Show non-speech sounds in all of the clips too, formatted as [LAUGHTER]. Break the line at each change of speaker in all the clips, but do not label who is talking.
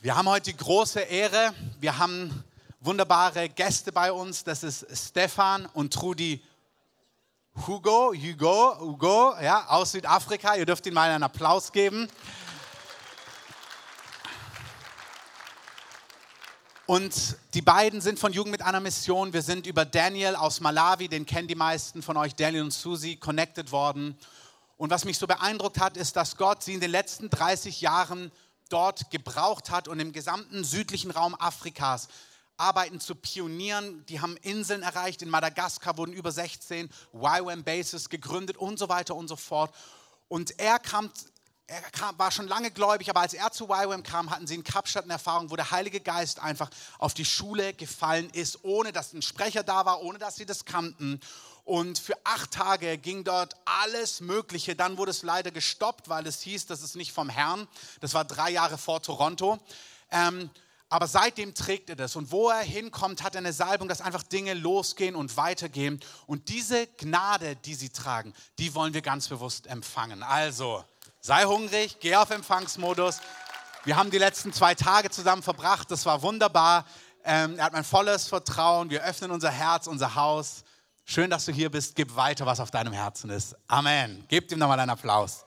Wir haben heute die große Ehre. Wir haben wunderbare Gäste bei uns. Das ist Stefan und Trudi Hugo, Hugo, Hugo, ja, aus Südafrika. Ihr dürft ihnen mal einen Applaus geben. Und die beiden sind von Jugend mit einer Mission. Wir sind über Daniel aus Malawi, den kennen die meisten von euch, Daniel und Susi, connected worden. Und was mich so beeindruckt hat, ist, dass Gott sie in den letzten 30 Jahren dort gebraucht hat und im gesamten südlichen Raum Afrikas arbeiten zu Pionieren. Die haben Inseln erreicht. In Madagaskar wurden über 16 YWAM Bases gegründet und so weiter und so fort. Und er kam er kam, war schon lange gläubig, aber als er zu YWAM kam, hatten sie in Kapstadt eine Erfahrung, wo der Heilige Geist einfach auf die Schule gefallen ist, ohne dass ein Sprecher da war, ohne dass sie das kannten. Und für acht Tage ging dort alles Mögliche. Dann wurde es leider gestoppt, weil es hieß, das ist nicht vom Herrn. Das war drei Jahre vor Toronto. Ähm, aber seitdem trägt er das. Und wo er hinkommt, hat er eine Salbung, dass einfach Dinge losgehen und weitergehen. Und diese Gnade, die sie tragen, die wollen wir ganz bewusst empfangen. Also, sei hungrig, geh auf Empfangsmodus. Wir haben die letzten zwei Tage zusammen verbracht. Das war wunderbar. Ähm, er hat mein volles Vertrauen. Wir öffnen unser Herz, unser Haus. Schön, dass du hier bist. Gib weiter, was auf deinem Herzen ist. Amen. Gebt ihm nochmal einen Applaus.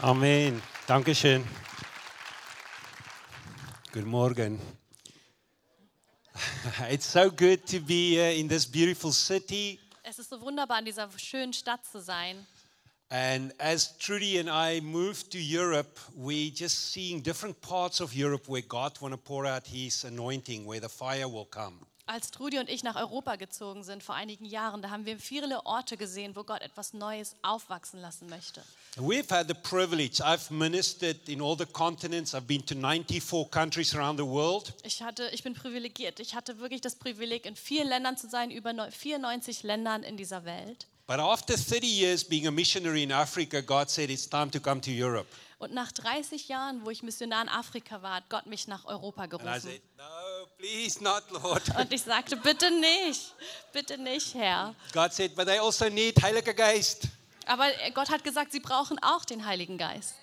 Amen. Dankeschön. Good morning. [LAUGHS] It's so good to be uh, in this beautiful city.
Es ist so wunderbar, in dieser schönen Stadt zu sein.
And as Trudy and I moved to Europe, we just seeing different parts of Europe where God want to pour out His anointing, where the fire will come.
Als Trudi und ich nach Europa gezogen sind vor einigen Jahren, da haben wir viele Orte gesehen, wo Gott etwas Neues aufwachsen lassen möchte.
We've had the privilege. I've ministered in all the continents. I've been to 94 countries around the world.
Ich, hatte, ich bin privilegiert. Ich hatte wirklich das Privileg, in vielen Ländern zu sein, über neu- 94 Ländern in dieser Welt.
But after 30 years being a missionary in Africa, God said it's time to come to Europe.
Und nach 30 Jahren, wo ich Missionar in Afrika war, hat Gott mich nach Europa
And I said,
gerufen.
No, please not, Lord.
Und ich sagte, bitte nicht, bitte nicht, Herr.
[LAUGHS] God said, But they also need Heilige Geist.
Aber Gott hat gesagt, sie brauchen auch den Heiligen Geist.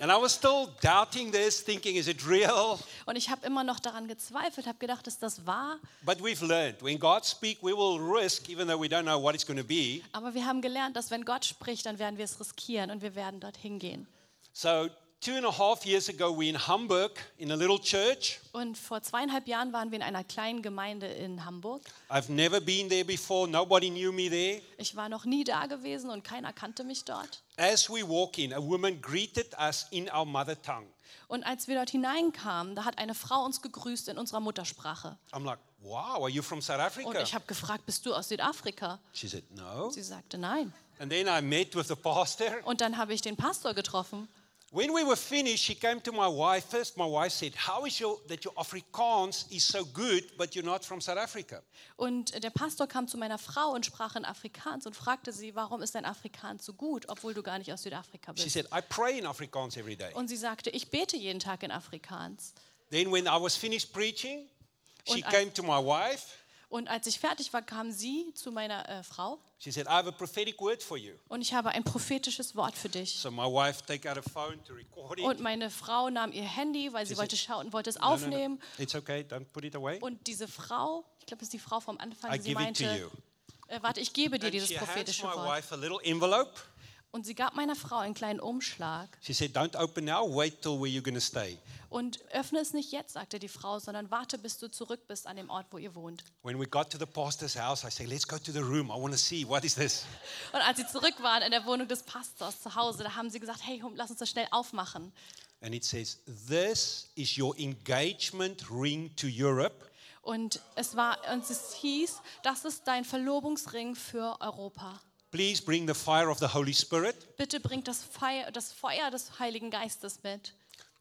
And I was still doubting this, thinking, Is it real?
Und ich habe immer noch daran gezweifelt, habe gedacht, ist das wahr?
But we've learned when God speaks, we will risk, even though we don't know what it's going to be.
Aber wir haben gelernt, dass wenn Gott spricht, dann werden wir es riskieren und wir werden dorthin gehen.
So, two and a half years ago, we in Hamburg in a little church.
Und vor zweieinhalb Jahren waren wir in einer kleinen Gemeinde in Hamburg.
I've never been there before, nobody knew me there.
Ich war noch nie da gewesen und keiner kannte mich dort.
As we walk in, a woman greeted us in our mother tongue.
Und als wir dort hineinkamen, da hat eine Frau uns gegrüßt in unserer Muttersprache.
I'm like, wow, are you from South
Und
Africa?
ich habe gefragt, bist du aus Südafrika?
She said, no.
Sie sagte nein.
And then I met with the pastor.
Und dann habe ich den Pastor getroffen.
When we were finished, she came to my wife. First, my wife said, How is your that your Afrikaans is so good, but you're not from South Africa?
Und der Pastor kam zu meiner Frau und sprach in Afrikaans und fragte sie, warum ist dein Afrikaans so gut, obwohl du gar nicht aus Südafrika
She
bist?
said, I pray in Afrikaans every day.
Und sie sagte, ich bete jeden Tag in Afrikaans.
Then when I was finished preaching, she
Und als-
came to my wife.
Und als ich fertig war, kam sie zu meiner äh, Frau
She said, I have a prophetic word for you.
und ich habe ein prophetisches Wort für dich.
So my wife take out a phone to record it.
Und meine Frau nahm ihr Handy, weil sie
Sie-
wollte schauen, wollte es
No, no, no.
aufnehmen.
It's okay, don't put it away.
Und diese Frau, ich glaube, das ist die Frau vom
I
Anfang, sie
give it to you.
meinte, äh, warte, ich gebe dir
And
dieses
she hands
prophetische
my
Wort.
wife a little envelope.
Und sie gab meiner Frau einen kleinen Umschlag.
She said, Don't open now, wait till where you're going to stay.
Und öffne es nicht jetzt, sagte die Frau, sondern warte, bis du zurück bist an dem Ort, wo ihr wohnt.
When we got to the pastor's house, I said, Let's go to the room. I want to see what is this.
Und als sie zurück waren in der Wohnung des Pastors zu Hause, da haben sie gesagt, hey, lass uns das schnell aufmachen.
And it says, This is your engagement ring to Europe.
Und es war, und es hieß, das ist dein Verlobungsring für Europa.
Please bring the fire of the Holy Spirit.
Bitte bringt das Feuer, das Feuer des Heiligen Geistes mit.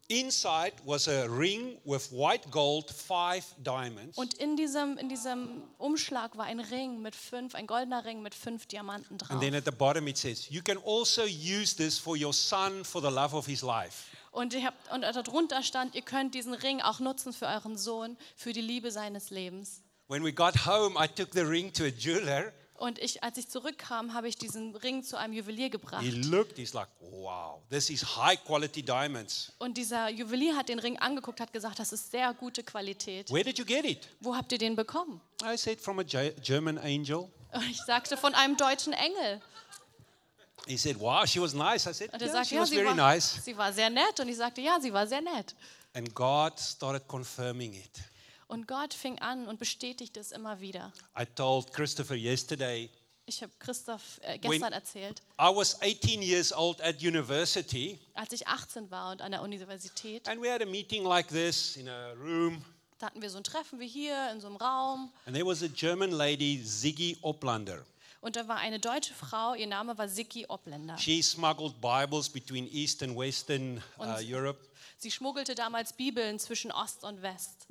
Inside was a ring with white gold, five diamonds.
Und in diesem, in diesem Umschlag war ein Ring mit fünf, ein goldener Ring mit fünf Diamanten
And
drauf.
then at the bottom it says, You can also use this for your son for the love of his life.
Und, ihr habt, und darunter stand, ihr könnt diesen Ring auch nutzen für euren Sohn, für die Liebe seines Lebens.
When we got home, I took the ring to a jeweler.
Und ich, als ich zurückkam, habe ich diesen Ring zu einem Juwelier gebracht.
He looked, he's like, wow, this is high quality diamonds.
Und dieser Juwelier hat den Ring angeguckt, hat gesagt, das ist sehr gute Qualität.
Where did you get it?
Wo habt ihr den bekommen?
I said, from a Ge- German angel.
Und [LAUGHS] ich sagte, von einem deutschen Engel.
He said, wow, she was nice. I said,
Und er
yeah,
sagte,
she
ja,
was
sie
very
war,
nice.
sie war sehr nett. Und ich sagte, ja, sie war sehr nett.
And God started confirming it.
Und Gott fing an und bestätigte es immer wieder.
I told Christopher yesterday,
Ich habe Christoph äh, gestern erzählt,
I was 18 years old at university,
als ich 18 war und an der Universität,
and we had a meeting like this in a room,
da hatten wir so ein Treffen wie hier in so einem Raum.
and there was a German lady, Ziggy Oplander.
Und da war eine deutsche Frau, ihr Name war Siki Obländer.
She smuggled Bibles between East and Western uh,
Und-
Europe,
Sie schmuggelte damals Bibeln zwischen Ost und West.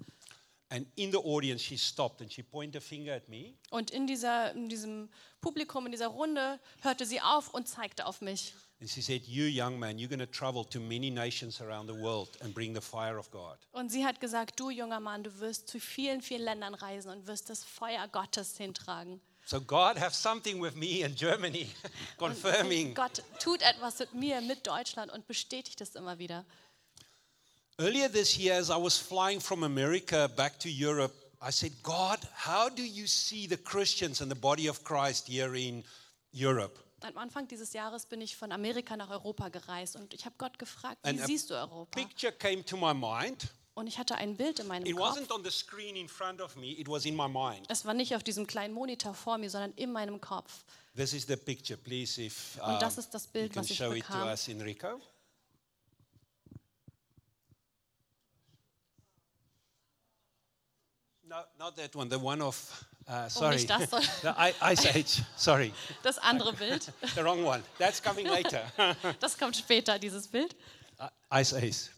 and in the audience, she stopped and she pointed a finger at me.
Und in, dieser, in diesem Publikum, in dieser Runde, hörte sie auf und zeigte auf mich.
And she said, You young man, you're going to travel to many nations around the world and bring the fire of God.
Und sie hat gesagt, du junger Mann, du wirst zu vielen, vielen Ländern reisen und wirst das Feuer Gottes hintragen.
So God have something with me in Germany, [LAUGHS] confirming.
Gott tut etwas mit mir, mit Deutschland und bestätigt es immer wieder.
Earlier this year, as I was flying from America back to Europe, I said, God, how do you see the Christians and the body of Christ here in Europe?
Am Anfang dieses Jahres bin ich von Amerika nach Europa gereist und ich habe Gott gefragt, wie
And a
siehst du Europa?
Picture came to my mind.
Und ich hatte ein Bild in meinem
It
Kopf.
wasn't on the screen in front of me, it was in my mind.
Es war nicht auf diesem kleinen Monitor vor mir, sondern in meinem Kopf.
This is the picture, please, if
Und das
um,
ist das
you
Bild,
can
was ich
show it to
bekam.
us, Enrico. No, not that one, the one of, uh, sorry,
Oh,
[LAUGHS]
nicht das, sondern-
the I- Ice Age, sorry,
Das
[LAUGHS]
andere Bild,
the wrong one. That's coming later.
das kommt später, dieses Bild.
Uh, [LAUGHS] Ice Age.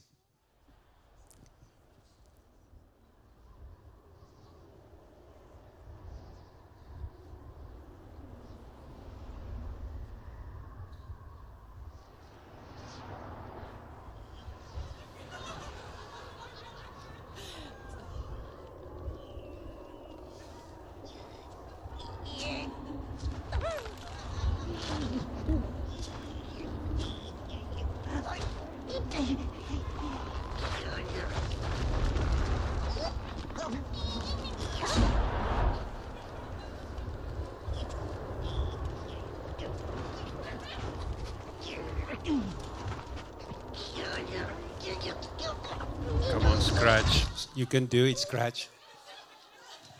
Come on,
Scratch. You can do it, Scratch.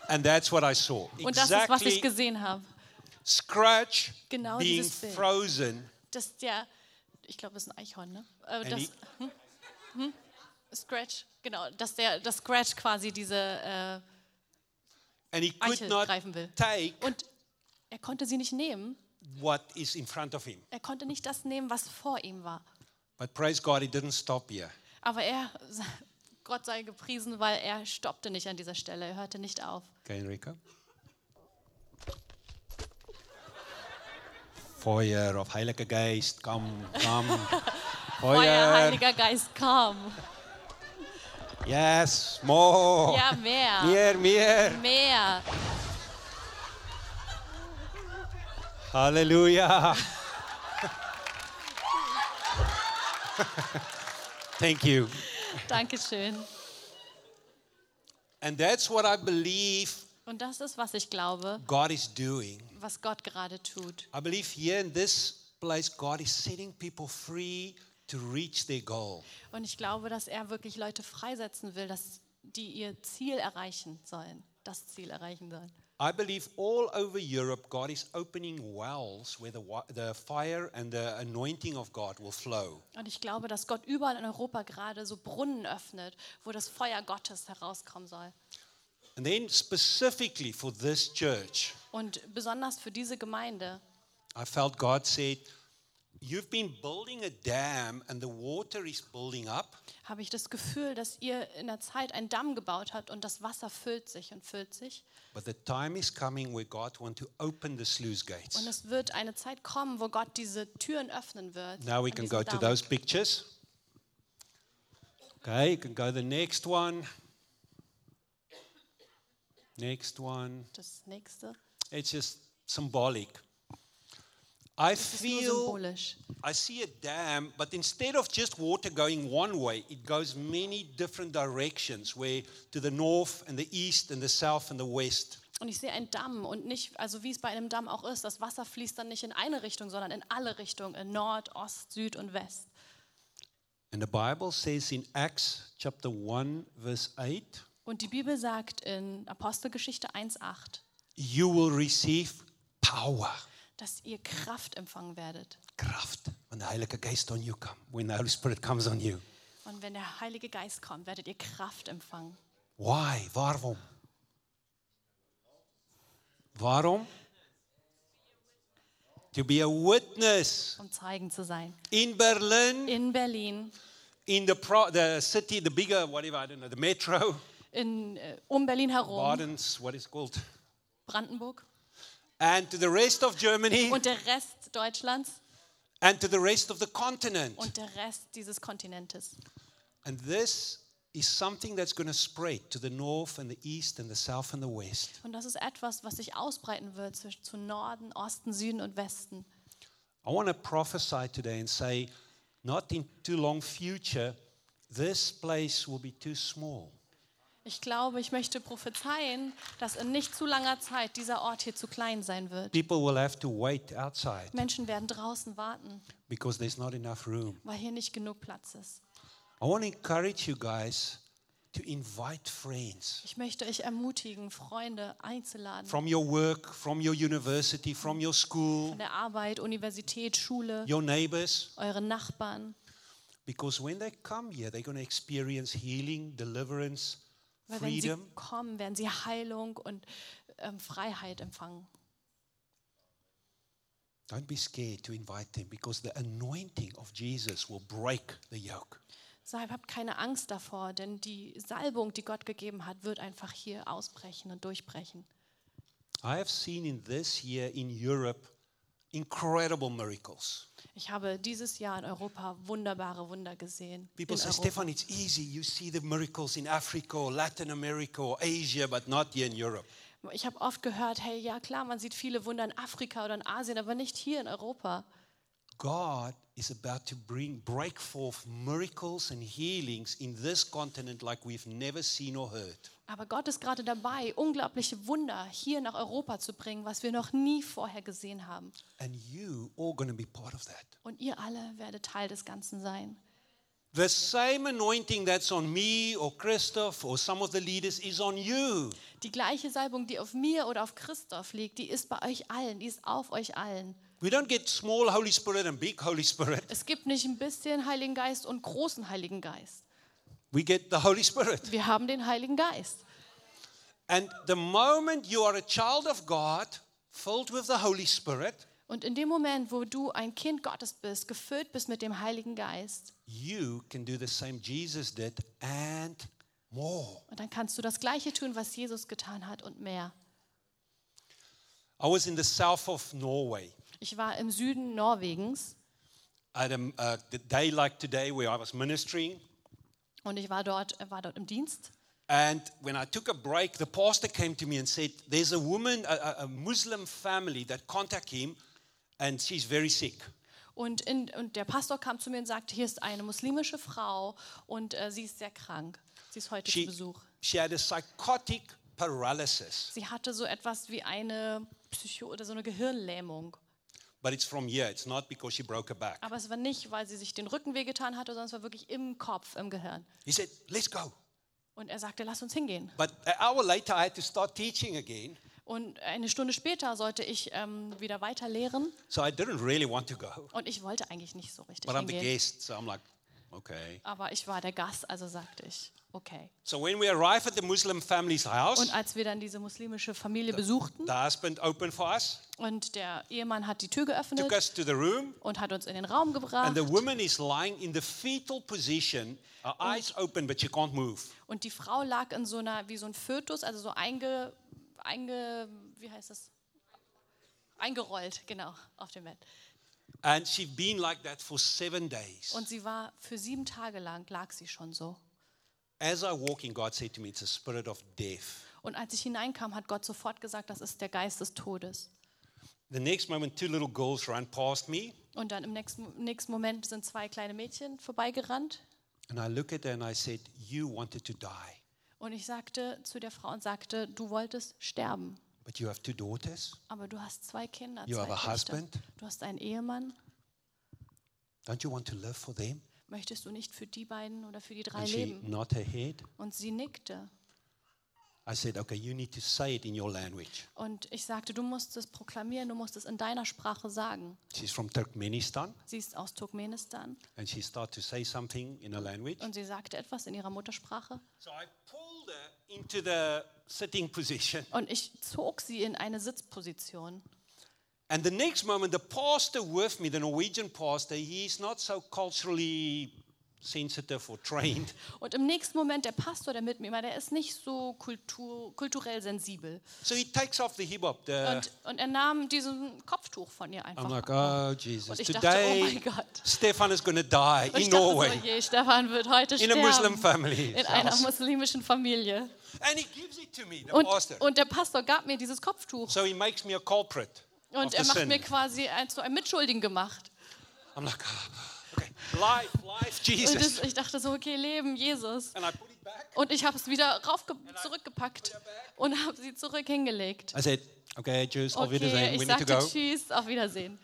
And that's what I saw.
Und das ist, was ich gesehen habe.
Scratch
Genau
being
dieses Bild.
frozen.
Dass der, ich glaube, das ist ein Eichhorn, ne? Äh, Das,
Annie?
hm? Hm? Scratch, genau, dass der, dass Scratch quasi diese äh,
And he could
Eichel
not
greifen will.
take
und er konnte sie nicht nehmen.
what is in front of him.
Er konnte nicht das nehmen, was vor ihm war.
But praise God, he didn't stop here.
Aber er, [LAUGHS] Gott sei gepriesen, weil er stoppte nicht an dieser Stelle, er hörte nicht auf.
Okay, Enrico. Feuer of Heiliger Geist, komm, komm.
[LAUGHS] Euer
Feuer.
Heiliger Geist kam.
Yes, more.
Oh. Ja, mehr.
Mehr, mehr.
Mehr.
Hallelujah. Thank you.
Dankeschön.
And that's what I believe
Und das ist, was ich glaube,
God is doing.
was Gott gerade tut.
I believe here in this place, God is setting people free to reach their goal.
Und ich glaube, dass er wirklich Leute freisetzen will, dass die ihr Ziel erreichen sollen, das Ziel erreichen sollen.
I believe all over Europe, God is opening wells where the, wa- the fire and the anointing of God will flow.
Und ich glaube, dass Gott überall in Europa gerade so Brunnen öffnet, wo das Feuer Gottes herauskommen soll.
And then, specifically for this church,
Und besonders für diese Gemeinde.
I felt God said, You've been building a dam and the water is building up.
habe ich das Gefühl, dass ihr in der Zeit einen Damm gebaut habt und das Wasser füllt sich und füllt sich.
But the time is coming where God wants to open the sluice
Und
gates.
es wird eine Zeit kommen, wo Gott diese Türen öffnen wird.
Now we
an
can
diesem
go to
Damm.
those pictures. Okay, you can go the next one. Next one.
Das nächste.
It's just symbolic. I
Es ist nur
feel
symbolisch.
I see a dam, but instead of just water going one way, it goes many different directions, where to the north and the east and the south and the west.
Und ich sehe einen Damm und nicht, also wie es bei einem Damm auch ist, das Wasser fließt dann nicht in eine Richtung, sondern in alle Richtungen, in Nord, Ost, Süd und West.
And the Bible says in Acts chapter 1 verse 8,
Und die Bibel sagt in Apostelgeschichte 1,8,
you will receive power.
dass ihr Kraft empfangen werdet.
Kraft when the Heilige Geist on you come, when the Holy Spirit comes on you.
Und wenn der Heilige Geist kommt, werdet ihr Kraft empfangen.
Why? Waarom? Waarom? To be a witness
um Zeugen zu sein.
in Berlin,
In Berlin,
in the pro, the city, the bigger whatever I don't know, the
[LAUGHS]
metro,
in, äh, um Berlin herum,
Baden's, what is called,
Brandenburg
and to the rest of Germany,
und der Rest Deutschlands
and to the rest of the continent.
und der Rest dieses Kontinentes.
And this is something that's going to spread to the north and the east and the south and the west.
Und das ist etwas, was sich ausbreiten wird zwischen zu Norden, Osten, Süden und Westen.
I want to prophesy today and say, not in too long future, this place will be too small.
Ich glaube, ich möchte prophezeien, dass in nicht zu langer Zeit dieser Ort hier zu klein sein wird.
People will have to wait outside
Menschen werden draußen warten,
because there's not enough room.
weil hier nicht genug Platz ist.
I want to encourage you guys to invite friends
Ich möchte euch ermutigen, Freunde einzuladen.
from your work, from your university, from your school,
Von der Arbeit, Universität, Schule,
your neighbors,
eure Nachbarn.
because when they come here, they're going to experience healing, deliverance,
Weil wenn sie
freedom.
kommen, werden sie Heilung und ähm, Freiheit empfangen.
Don't be scared to invite them because the anointing of Jesus will break the yoke.
Deshalb habt keine Angst davor, denn die Salbung, die Gott gegeben hat, wird einfach hier ausbrechen und durchbrechen.
I have seen in this year in Europe incredible miracles.
Ich habe dieses Jahr in Europa wunderbare Wunder gesehen.
People
in
say,
Europa.
Stefan, it's easy. You see the miracles in Africa or Latin America or Asia, but not here in Europe.
ich habe oft gehört, hey, ja klar, man sieht viele Wunder in Afrika oder in Asien, aber nicht hier in Europa.
God is about to bring break forth miracles and healings in this continent like we've never seen or heard.
Aber Gott ist gerade dabei, unglaubliche Wunder hier nach Europa zu bringen, was wir noch nie vorher gesehen haben.
And you all going to be part of that.
Und ihr alle werdet Teil des Ganzen sein.
The same anointing that's on me or Christoph or some of the leaders is on you.
Die gleiche Salbung, die auf mir oder auf Christoph liegt, die ist bei euch allen, die ist auf euch allen.
We don't get small Holy Spirit and big Holy Spirit.
Es gibt nicht ein bisschen Heiligen Geist und großen Heiligen Geist.
We get the Holy Spirit.
Wir haben den Heiligen Geist.
And the moment you are a child of God, filled with the Holy Spirit,
Und in dem Moment, wo du ein Kind Gottes bist, gefüllt bist mit dem Heiligen Geist,
you can do the same Jesus did and more.
und dann kannst du das Gleiche tun, was Jesus getan hat und mehr.
I was in the south of Norway
Ich war im Süden Norwegens
at a, a uh, day like today where I was ministering.
und ich war dort, war dort im Dienst.
And when I took a break, the pastor came to me and said, There's a woman, a, a- a Muslim family that contact him, and she's very sick.
Und, in, und der Pastor kam zu mir und sagte, hier ist eine muslimische Frau und äh, sie ist sehr krank. Sie ist heute zu
She,
Besuch.
she had a psychotic paralysis,
Sie hatte so etwas wie eine Psycho oder so eine Gehirnlähmung.
but it's from here. It's not because she broke her back.
Aber es war nicht, weil sie sich den Rücken wehgetan hatte, sondern es war wirklich im Kopf, im Gehirn.
He said, Let's go.
Und er sagte, lass uns hingehen.
But an hour later, I had to start teaching again.
Und eine Stunde später sollte ich ähm, wieder weiter lehren.
So I didn't really want to go.
Und ich wollte eigentlich nicht so richtig
But I'm the
hingehen.
guest. So I'm like, okay.
Aber ich war der Gast, also sagte ich, okay.
So when we arrive at the Muslim family's house,
Und als wir dann diese muslimische Familie besuchten
the husband opened for us,
und der Ehemann hat die Tür geöffnet
took us to the room,
und hat uns in den Raum
and
gebracht
the woman is lying in the fetal position, her eyes open, but she can't move.
und die Frau lag in so einer, wie so ein Fötus, also so einge, einge wie heißt das? Eingerollt, genau, auf dem Bett.
And she'd been like that for seven days.
Und sie war für sieben Tage lang, lag sie schon so.
As I walk in, God said to me, It's a spirit of death.
Und als ich hineinkam, hat Gott sofort gesagt, das ist der Geist des Todes.
The next moment, two little girls ran past me,
Und dann im nächsten, nächsten Moment sind zwei kleine Mädchen vorbeigerannt.
and I look at her and I said, You wanted to die,
Und ich sagte zu der Frau und sagte, du wolltest sterben,
but you have two daughters.
aber du hast zwei Kinder,
You
zwei
have a
Töchter.
husband?
Du hast einen Ehemann.
Don't you want to live for them?
Möchtest du nicht für die beiden oder für die drei
And she
leben?
nod her head.
Und sie nickte.
I said, Okay, you need to say it in your language.
Und ich sagte, du musst es proklamieren, du musst es in deiner Sprache sagen.
She's from Turkmenistan,
Sie ist aus Turkmenistan
and she started to say something in her language.
und sie sagte etwas in ihrer Muttersprache.
So I pulled her into the sitting [LAUGHS] position.
Und ich zog sie in eine Sitzposition.
And the next moment, the pastor with me, the Norwegian pastor, he's not so culturally sensitive or trained.
Und im nächsten Moment, der Pastor, der mit mir war, der ist nicht so kultur, kulturell sensibel.
So he takes off the hibop. The,
Und, und er nahm diesen Kopftuch von ihr einfach
Äh. I'm like,
ab.
oh, Jesus.
Und ich dachte,
Today,
oh my God.
Stefan is going to die
Und ich
in
dachte
Norway
so, je, Stefan wird heute
in a
sterben.
Muslim family.
in einer
house.
muslimischen Familie.
and he gives it to me, the
Und,
pastor.
und der Pastor gab mir dieses Kopftuch.
so he makes me a culprit. of
Und er
the
macht
sin.
mir quasi ein, zu einem Mitschuldigen gemacht.
I'm like, "Ah, okay, life, life,
Und
Jesus.
das, ich dachte so, okay, Leben, Jesus.
And I put it back.
Und ich habe es wieder raufge zurückgepackt und habe sie zurück hingelegt.
I said, okay, Jews, auf
Okay,
Wiedersehen,
ich
we need to
sagte
go.
Tschüss, auf Wiedersehen.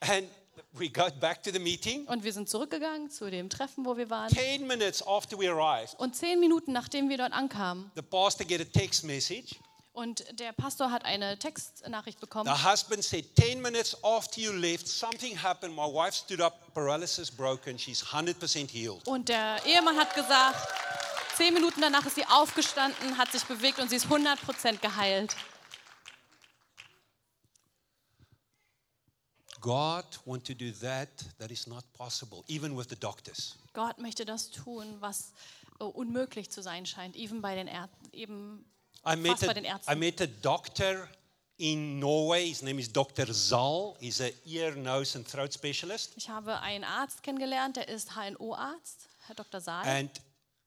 And we got back to the meeting.
Und wir sind zurückgegangen zu dem Treffen, wo wir waren.
10 minutes after we arrived,
Und zehn Minuten nachdem wir dort ankamen
the pastor get a text message.
und der Pastor hat eine Textnachricht bekommen.
The husband said, 10 minutes after you left, something happened. My wife stood up, paralysis broken. She's 100% healed.
Und der Ehemann hat gesagt, zehn Minuten danach ist sie aufgestanden, hat sich bewegt und sie ist 100% geheilt.
God want to do that that is not possible, even with the doctors.
Gott möchte das tun, was äh, unmöglich zu sein scheint, even bei den Ärzten. Eben
I met,
fast bei den
a, I
Ärzten.
met a doctor in Norway. His name is Dr. Zal. He's an ear, nose, and throat specialist.
Ich habe einen Arzt kennengelernt, der ist HNO-Arzt, Herr Dr. Saal.
And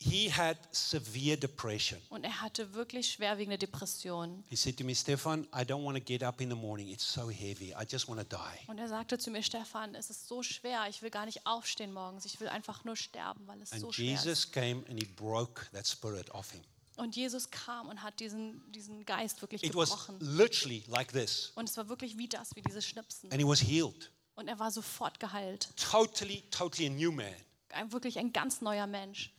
he had severe depression.
und er hatte wirklich schwerwiegende Depressionen.
He said to me, Stefan, I don't want to get up in the morning. It's so heavy. I just want to die.
Und er sagte zu mir, Stefan, es ist so schwer, ich will gar nicht aufstehen morgens, ich will einfach nur sterben, weil es
And
so schwer ist.
Jesus came and he broke that spirit off him.
Und Jesus kam und hat diesen, diesen Geist wirklich
It was
gebrochen.
literally like this.
Und es war wirklich wie das, wie dieses Schnipsen.
And he was healed.
Und er war sofort geheilt.
Totally, totally a new man.
Ein, wirklich ein ganz neuer Mensch.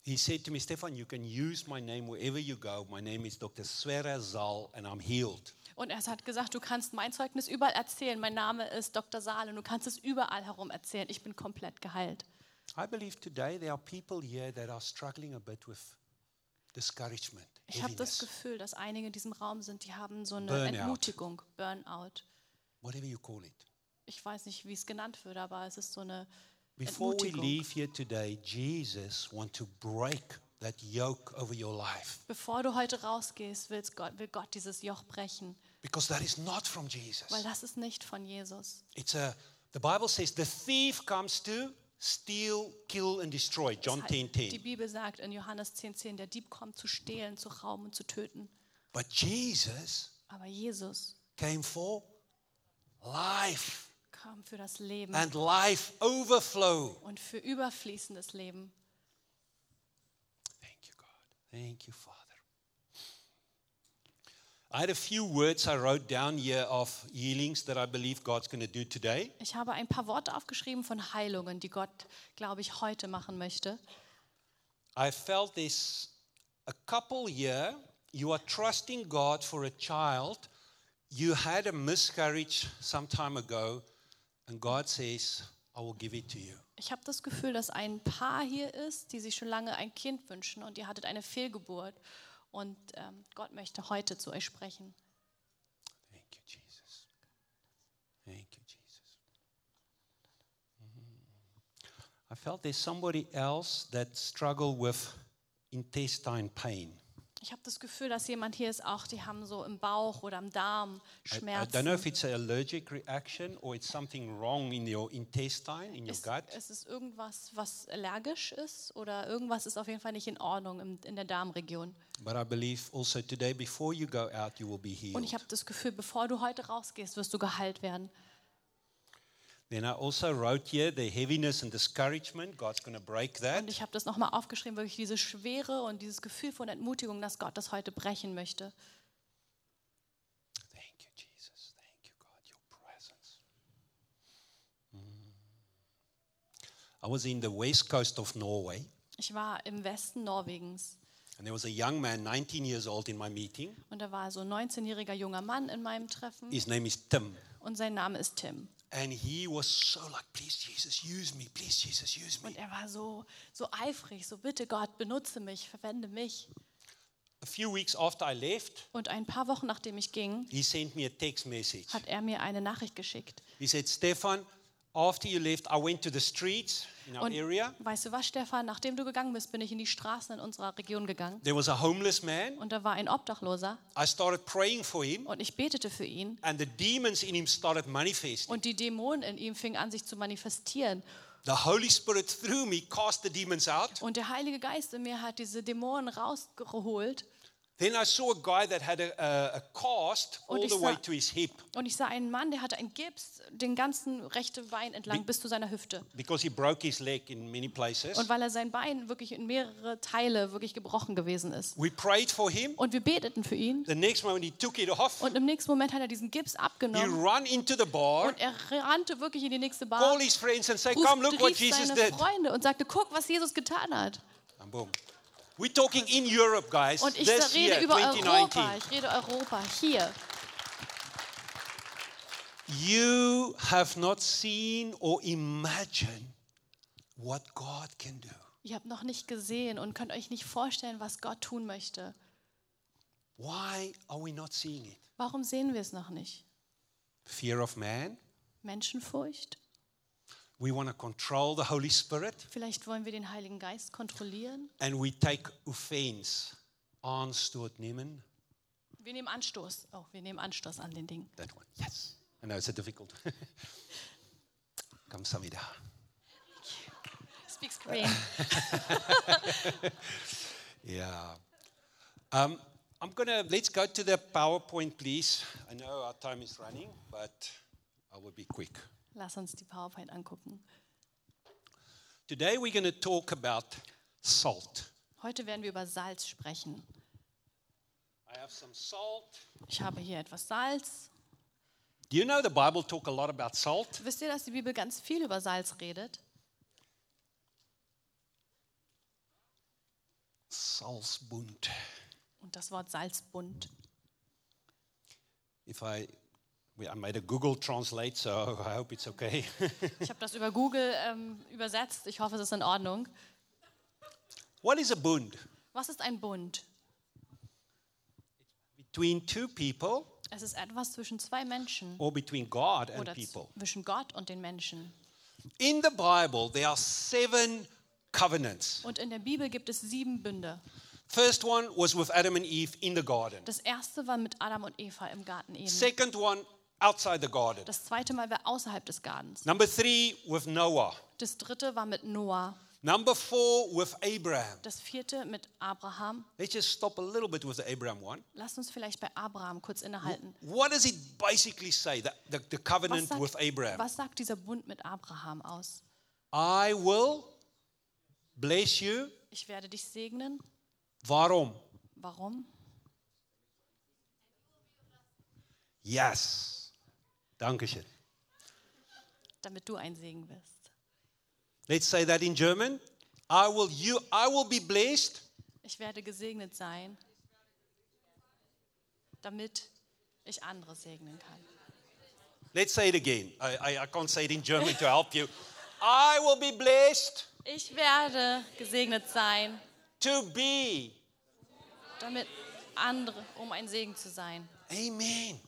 He said to me, Stefan, you can use my name wherever you go. My name is Dr. Svera Zal and I'm healed.
Und er hat gesagt, du kannst mein Zeugnis überall erzählen. Mein Name ist Dr. Saal und du kannst es überall herum erzählen. Ich bin komplett geheilt.
I believe today there are people here that are struggling a bit with discouragement.
Ich habe das
heaviness,
Gefühl, dass einige in diesem Raum sind, die haben so eine
Burnout.
Entmutigung, Burnout.
Whatever you call it.
Ich weiß nicht, wie es genannt wird, aber es ist so eine
Before we
Entmutigung.
leave here today, Jesus wants to break that yoke over your life
Bevor du heute rausgehst, will's Gott, will Gott dieses Joch brechen,
because that is not from Jesus.
weil das ist nicht von Jesus.
It's a the Bible says the thief comes to steal, kill, and destroy. John
Das
10
heißt,
10.
Die Bibel sagt in Johannes 10,10, 10, der Dieb kommt zu stehlen, zu rauben und zu töten.
But Jesus
Aber Jesus
came for life
kam für das Leben
and life overflow.
und für überfließendes Leben.
Thank you, God. Thank you, Father. I had a few words I wrote down here of healings that I believe God's going to do today.
Ich habe ein paar Worte aufgeschrieben von Heilungen, die Gott, glaube ich, heute machen möchte.
I felt this a couple here. You are trusting God for a child. You had a miscarriage some time ago, and God says, I will give it to you.
Ich habe das Gefühl, dass ein Paar hier ist, die sich schon lange ein Kind wünschen und ihr hattet eine Fehlgeburt. Und ähm, Gott möchte heute zu euch sprechen.
Thank you, Jesus. Thank you, Jesus. Mhm. Mm-hmm. I felt there's somebody else that struggle with intestine pain.
Ich habe das Gefühl, dass jemand hier ist auch, die haben so im Bauch oder im
I
Darm
don't know
Schmerzen.
if it's an allergic reaction or it's something wrong in your intestine, in your
Ist,
gut.
es ist irgendwas, was allergisch ist oder irgendwas ist auf jeden Fall nicht in Ordnung im, in der Darmregion.
But I believe also today, before you go out, you will be
Und ich
healed.
habe das Gefühl, bevor du heute rausgehst, wirst du geheilt werden.
Then I also wrote here the heaviness and discouragement. God's going to break
Und
that.
ich habe das nochmal aufgeschrieben, wirklich diese Schwere und dieses Gefühl von Entmutigung, dass Gott das heute brechen möchte.
Thank you, Jesus. Thank you, God, your presence. Mm. I was in the west coast of Norway,
Ich war im Westen Norwegens
and there was a young man, 19 years old, in my meeting.
und da war so ein 19-jähriger junger Mann in meinem Treffen
His name is Tim.
und sein Name ist Tim.
And he was so like, please, Jesus, use me. Please, Jesus, use me.
Und er war so, so eifrig, so bitte Gott, benutze mich, verwende mich.
A few weeks after I left,
Und ein paar Wochen nachdem ich ging,
he sent me a text message.
hat er mir eine Nachricht geschickt.
He said, Stefan, after you left, I went to the streets in our
Und
area.
weißt du was, Stefan, nachdem du gegangen bist, bin ich in die Straßen in unserer Region gegangen.
There was a homeless man.
Und da war ein Obdachloser
I started praying for him,
und ich betete für ihn.
and the demons in him started manifesting.
Und die Dämonen in ihm fingen an, sich zu manifestieren.
The Holy Spirit through me cast the demons out.
Und der Heilige Geist in mir hat diese Dämonen rausgeholt.
Then I saw a guy that had a, a, a cast
Und
all
ich
the
sah-
way to his hip
Und ich sah einen Mann, der hatte einen Gips, den ganzen rechten Bein entlang
Wie-
bis zu seiner Hüfte.
because he broke his leg in many places.
Und weil er sein Bein wirklich in mehrere Teile wirklich gebrochen gewesen ist.
We prayed for him.
Und wir beteten für ihn.
The next moment he took it off.
Und im nächsten Moment hat er diesen Gips
He
abgenommen.
ran into the bar,
Und er rannte wirklich in die nächste Bar,
called his friends and say,
rief,
"Come, look what
rief
Jesus
seine
did."
Freunde und sagte, guck, was Jesus getan hat.
And boom. We're talking in Europe, guys.
Und ich
this
rede
year,
über
2019.
Europa, ich rede Europa, hier.
You have not seen or imagined what God can do.
Ihr habt noch nicht gesehen und könnt euch nicht vorstellen, was Gott tun möchte.
Why are we not seeing it?
Warum sehen wir es noch nicht?
Fear of man.
Menschenfurcht?
We want to control the Holy Spirit
Vielleicht wollen wir den Heiligen Geist kontrollieren?
and we take offense. Aanstoot nemen.
Wir nehmen Anstoß. Oh, wir nehmen Anstoß an den Dingen.
That one. Yes. I know it's a difficult. [LAUGHS] Kamsamida.
Speaks Korean.
Yeah. Um, I'm gonna let's go to the PowerPoint, please. I know our time is running, but I will be quick.
Lass uns die PowerPoint angucken.
Today we're going to talk about salt.
Heute werden wir über Salz sprechen.
I have some salt.
Ich habe hier etwas Salz.
Do you know the Bible talk a lot about salt?
Wisst ihr, dass die Bibel ganz viel über Salz redet?
Salzbund.
Und das Wort Salzbund.
If I we- I made a Google translate, so [LAUGHS] I hope it's okay.
Ich habe das über Google ähm, übersetzt. Ich hoffe, es ist in Ordnung.
what is a bund?
Was ist ein Bund?
Between two people
Es ist etwas zwischen zwei Menschen
or between God and
oder
people.
zwischen Gott und den Menschen.
In the Bible there are seven covenants.
Und in der Bibel gibt es sieben Bünde.
First one was with Adam and Eve in the garden.
Das erste war mit Adam und Eva im Garten Eden.
Second one outside the garden.
Das zweite Mal war außerhalb des Gartens.
Number 3 with Noah.
Das dritte war mit Noah.
Number 4 with Abraham.
Das vierte mit Abraham.
Let's just stop a little bit with the Abraham one.
Lass uns vielleicht bei Abraham kurz innehalten.
What does it basically say, the, the, the
Was
covenant with
sagt,
Abraham?
was sagt dieser Bund mit Abraham aus?
I will bless you.
Ich werde dich segnen.
Warum?
Warum?
Yes. Dankeschön.
Damit du ein Segen bist.
Let's say that in German. I will you I will be blessed
Ich werde gesegnet sein, damit ich andere segnen kann.
Let's say it again. I, I, I can't say it in German to help you. I will be blessed
Ich werde gesegnet sein,
to be.
damit andere, um ein Segen zu sein.
Amen.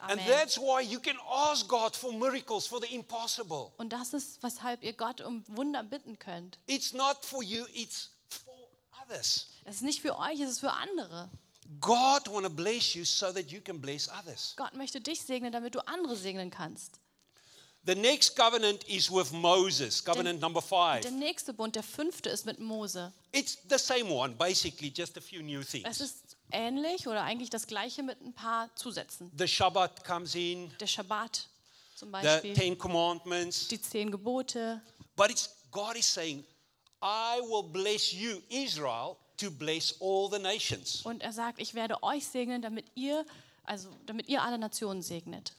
And
Amen.
that's why you can ask God for miracles, for the impossible.
Und das ist, weshalb ihr Gott um Wunder bitten könnt.
It's not for you, it's for others.
Es ist nicht für euch, es ist für andere.
God want to bless you so that you can bless others.
Gott möchte dich segnen, damit du andere segnen kannst.
The next covenant is with Moses, covenant number five.
Der nächste Bund, der fünfte, ist mit Mose.
It's the same one, basically, just a few new
Es
things.
ist ähnlich oder eigentlich das gleiche mit ein paar Zusätzen.
The Shabbat comes in,
Der Schabbat zum
the
Beispiel,
Ten Commandments.
die zehn Gebote.
But it's God is saying, I will bless you, Israel, to bless all the nations.
Und er sagt, ich werde euch segnen, damit ihr, also damit ihr alle Nationen segnet.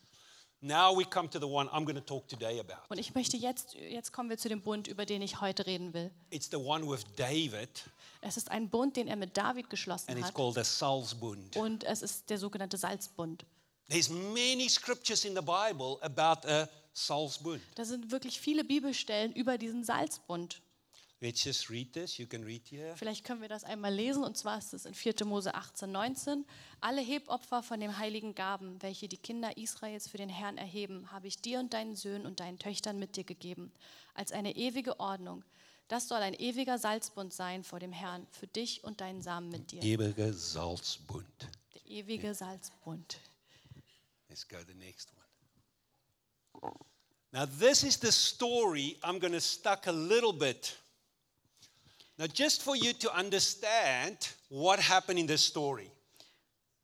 Now we come to the one I'm going to talk today about.
Und ich möchte jetzt, jetzt kommen wir zu dem Bund, über den ich heute reden will.
It's the one with David,
Es ist ein Bund, den er mit David geschlossen
and it's
hat.
called the Salzbund.
Und es ist der sogenannte Salzbund.
There's many scriptures in the Bible about a Salzbund.
Da sind wirklich viele Bibelstellen über diesen Salzbund.
Let's just read this. You can read here.
Vielleicht können wir das einmal lesen, und zwar ist es in 4. Mose 18, 19. Alle Hebopfer von den heiligen Gaben, welche die Kinder Israels für den Herrn erheben, habe ich dir und deinen Söhnen und deinen Töchtern mit dir gegeben, als eine ewige Ordnung. Das soll ein ewiger Salzbund sein vor dem Herrn, für dich und deinen Samen mit dir.
Ewige Salzbund.
Der ewige Salzbund.
Let's go to the next one. Now, this is the story I'm going to stuck a little bit. Now, just for you to understand what happened in this story.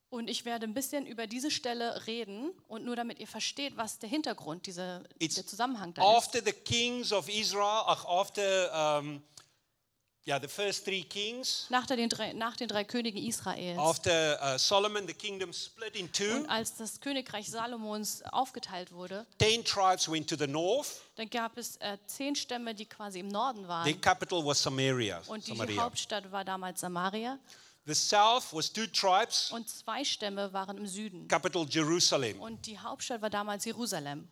Und ich werde ein bisschen über diese Stelle reden und nur damit ihr versteht, was der Hintergrund, diese,
It's
der Zusammenhang da ist.
after the kings of Israel, ach, after um, yeah, the first three kings,
Nach den, drei, nach den drei Königen Israels.
after uh, Solomon, the kingdom split in two.
Und als das Königreich Salomons aufgeteilt wurde,
Ten tribes went to the north.
dann gab es äh, zehn Stämme, die quasi im Norden
Their
waren.
capital was Samaria.
Und die
Samaria.
Hauptstadt war damals Samaria.
The south was two tribes,
Und zwei Stämme waren im Süden.
capital Jerusalem.
Und die Hauptstadt war damals Jerusalem.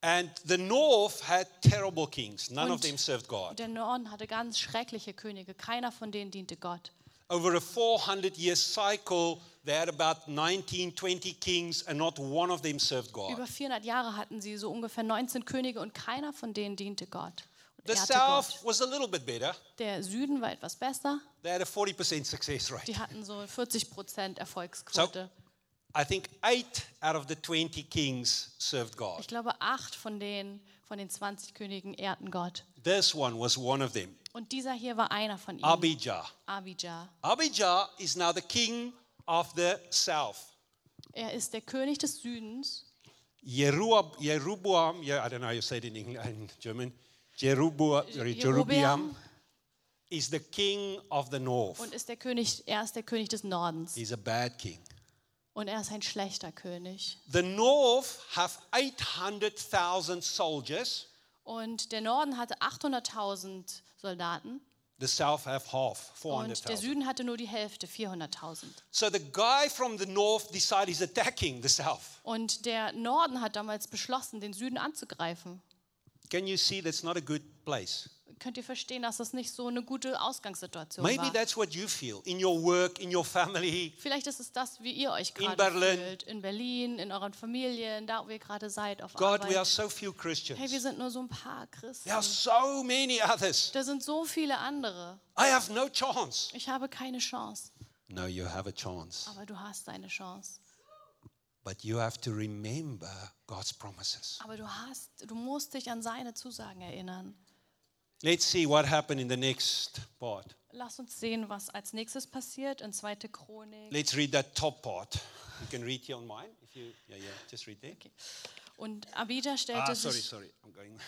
And the north had terrible kings. None of
Und-
them served
Und
God.
der Norden hatte ganz schreckliche Könige. Keiner von denen diente Gott.
Over a 400 year cycle, they had about 19, 20 kings, and not one of them served God.
Über 400 Jahre hatten sie so ungefähr 19 Könige und keiner von denen diente Gott. Und
The
ehrte
south
Gott.
was a little bit better.
Der Süden war etwas besser.
They had a 40% success rate.
Die hatten so 40 Prozent
So
Erfolgsquote.
I think eight out of the 20 kings served God.
Ich glaube, acht von den, von den 20 Königen ehrten Gott.
This one was one of them
Und dieser hier war einer von ihnen,
Abijah.
Abijah.
Abijah is now the king of the south.
Er ist der König des Südens.
Jeroboam, Jeroboam, yeah, I don't know how you say it in English in German. Jeroboam, sorry, Jeroboam
Jerobeam
is the king of the north.
und ist der König, er ist der König des Nordens.
He's a bad king.
Und er ist ein schlechter König.
The north have 800,000 soldiers.
Und der Norden hatte 800.000 Soldaten
The south have half,
und der
400,000.
Süden hatte nur die Hälfte, 400.000.
So the guy from the north decides he's attacking the south.
Und der Norden hat damals beschlossen, den Süden anzugreifen.
Can you see that's not a good place?
Könnt ihr verstehen, dass das nicht so eine gute Ausgangssituation
Maybe
war?
that's what you feel in your work, in your family.
Vielleicht ist es das, wie ihr euch
In
gerade
Berlin.
fühlt. In Berlin, in euren Familien, da wo ihr gerade seid, auf
God, we are
Arbeit.
so few
Hey, wir
Christians.
sind nur so ein paar Christen.
There are so many others.
Da sind so viele andere.
I have no chance.
Ich habe keine Chance,
No, you have a chance.
aber du hast eine Chance.
But you have to remember God's promises.
Aber du hast, du musst dich an seine Zusagen erinnern.
Let's see what happened in the next part.
Lass uns sehen, was als nächstes passiert in 2. Chronik.
Let's read that top part. You can read here on mine. If you, yeah, yeah, just read there.
Okay. Und Abijah stellte,
Ah, sorry,
sich,
sorry. I'm going [LAUGHS]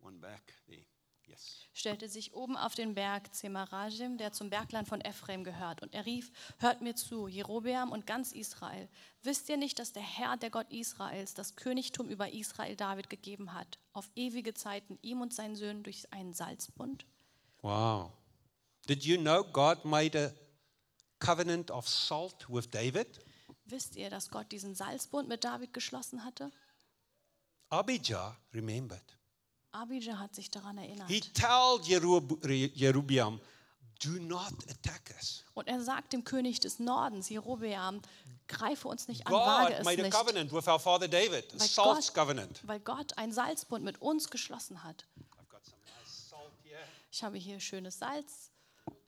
one back there. Yes.
stellte sich oben auf den Berg Zemarajim, der zum Bergland von Ephraim gehört. Und er rief, hört mir zu, Jerobeam und ganz Israel. Wisst ihr nicht, dass der Herr, der Gott Israels, das Königtum über Israel David gegeben hat, auf ewige Zeiten ihm und seinen Söhnen durch einen Salzbund?
Wow. Did you know God made a covenant of salt with David?
Wisst ihr, dass Gott diesen Salzbund mit David geschlossen hatte?
Abijah remembered.
Abijah hat sich daran erinnert.
He told Jerub- Re- Jeroboam, do not attack us.
Und er sagt dem König des Nordens, Jerobeam, greife uns nicht an, wage
God
es
made a
nicht,
covenant with our father David, a
Weil
salt
Gott-
covenant.
weil Gott einen Salzbund mit uns geschlossen hat.
I've got some nice salt here.
Ich habe hier schönes Salz.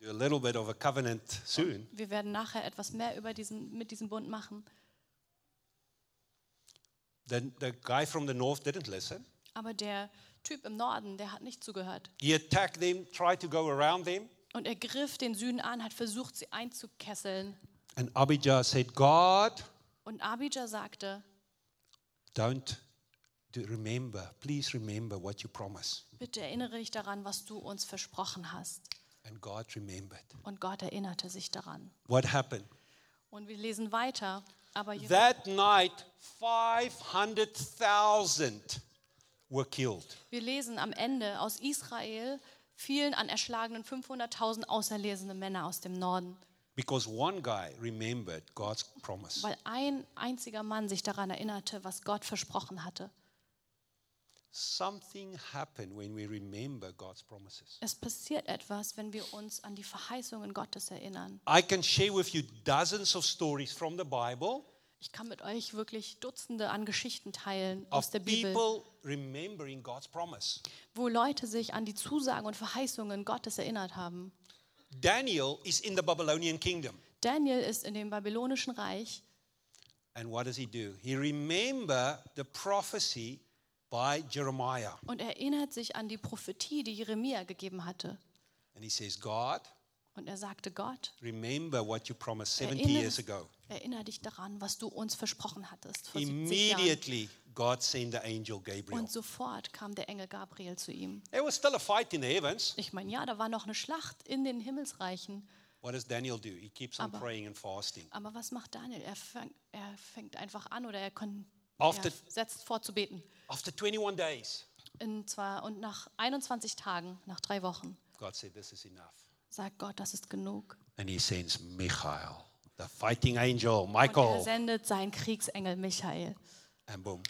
do a little bit of a covenant soon.
Wir werden nachher etwas mehr über diesen, mit diesem Bund machen.
Then the guy from the north didn't listen.
Aber der Typ im Norden, der hat nicht zugehört.
He attacked them, tried to go around them.
Und er griff den Süden an, hat versucht, sie einzukesseln.
And Abijah said, God,
Und Abijah sagte,
don't do, remember, please remember what you promised.
bitte erinnere dich daran, was du uns versprochen hast.
And God remembered.
Und Gott erinnerte sich daran.
What happened?
Und wir lesen weiter. Aber Jer-
That night, 500,000 were killed.
wir lesen am Ende, aus Israel fielen an erschlagenen 500.000 auserlesene Männer aus dem Norden,
Because one guy remembered God's promise.
weil ein einziger Mann sich daran erinnerte, was Gott versprochen hatte.
Something happened when we remember God's promises.
Es passiert etwas, wenn wir uns an die Verheißungen Gottes erinnern.
I can share with you dozens of stories from the Bible
Ich kann mit euch wirklich Dutzende an Geschichten teilen aus
of
der Bibel,
people remembering God's promise.
wo Leute sich an die Zusagen und Verheißungen Gottes erinnert haben.
Daniel is in the Babylonian kingdom.
Daniel ist in dem babylonischen Reich
And what does he do? He remember the prophecy by Jeremiah.
und erinnert sich an die Prophetie, die Jeremia gegeben hatte.
And he says, God,
Und er sagte Gott,
remember what you promised 70
erinnere,
years ago.
erinnere dich daran, was du uns versprochen hattest vor 70 Jahren.
Immediately, God sent the angel Gabriel.
Und sofort kam der Engel Gabriel zu ihm.
There was still a fight in the heavens.
Ich meine, ja, da war noch eine Schlacht in den Himmelsreichen.
What does Daniel do? He keeps on
Aber-
praying and fasting.
Aber was macht Daniel? Er, fang, er fängt einfach an oder er, kon, er
Auf der-
setzt vor zu beten.
After 21 days,
Und, zwar, und nach 21 Tagen, nach drei Wochen,
God said, This is enough.
sagt Gott, das ist genug.
And he sends Michael, the fighting angel,
Und er
Michael.
sendet seinen Kriegsengel Michael.
And boom.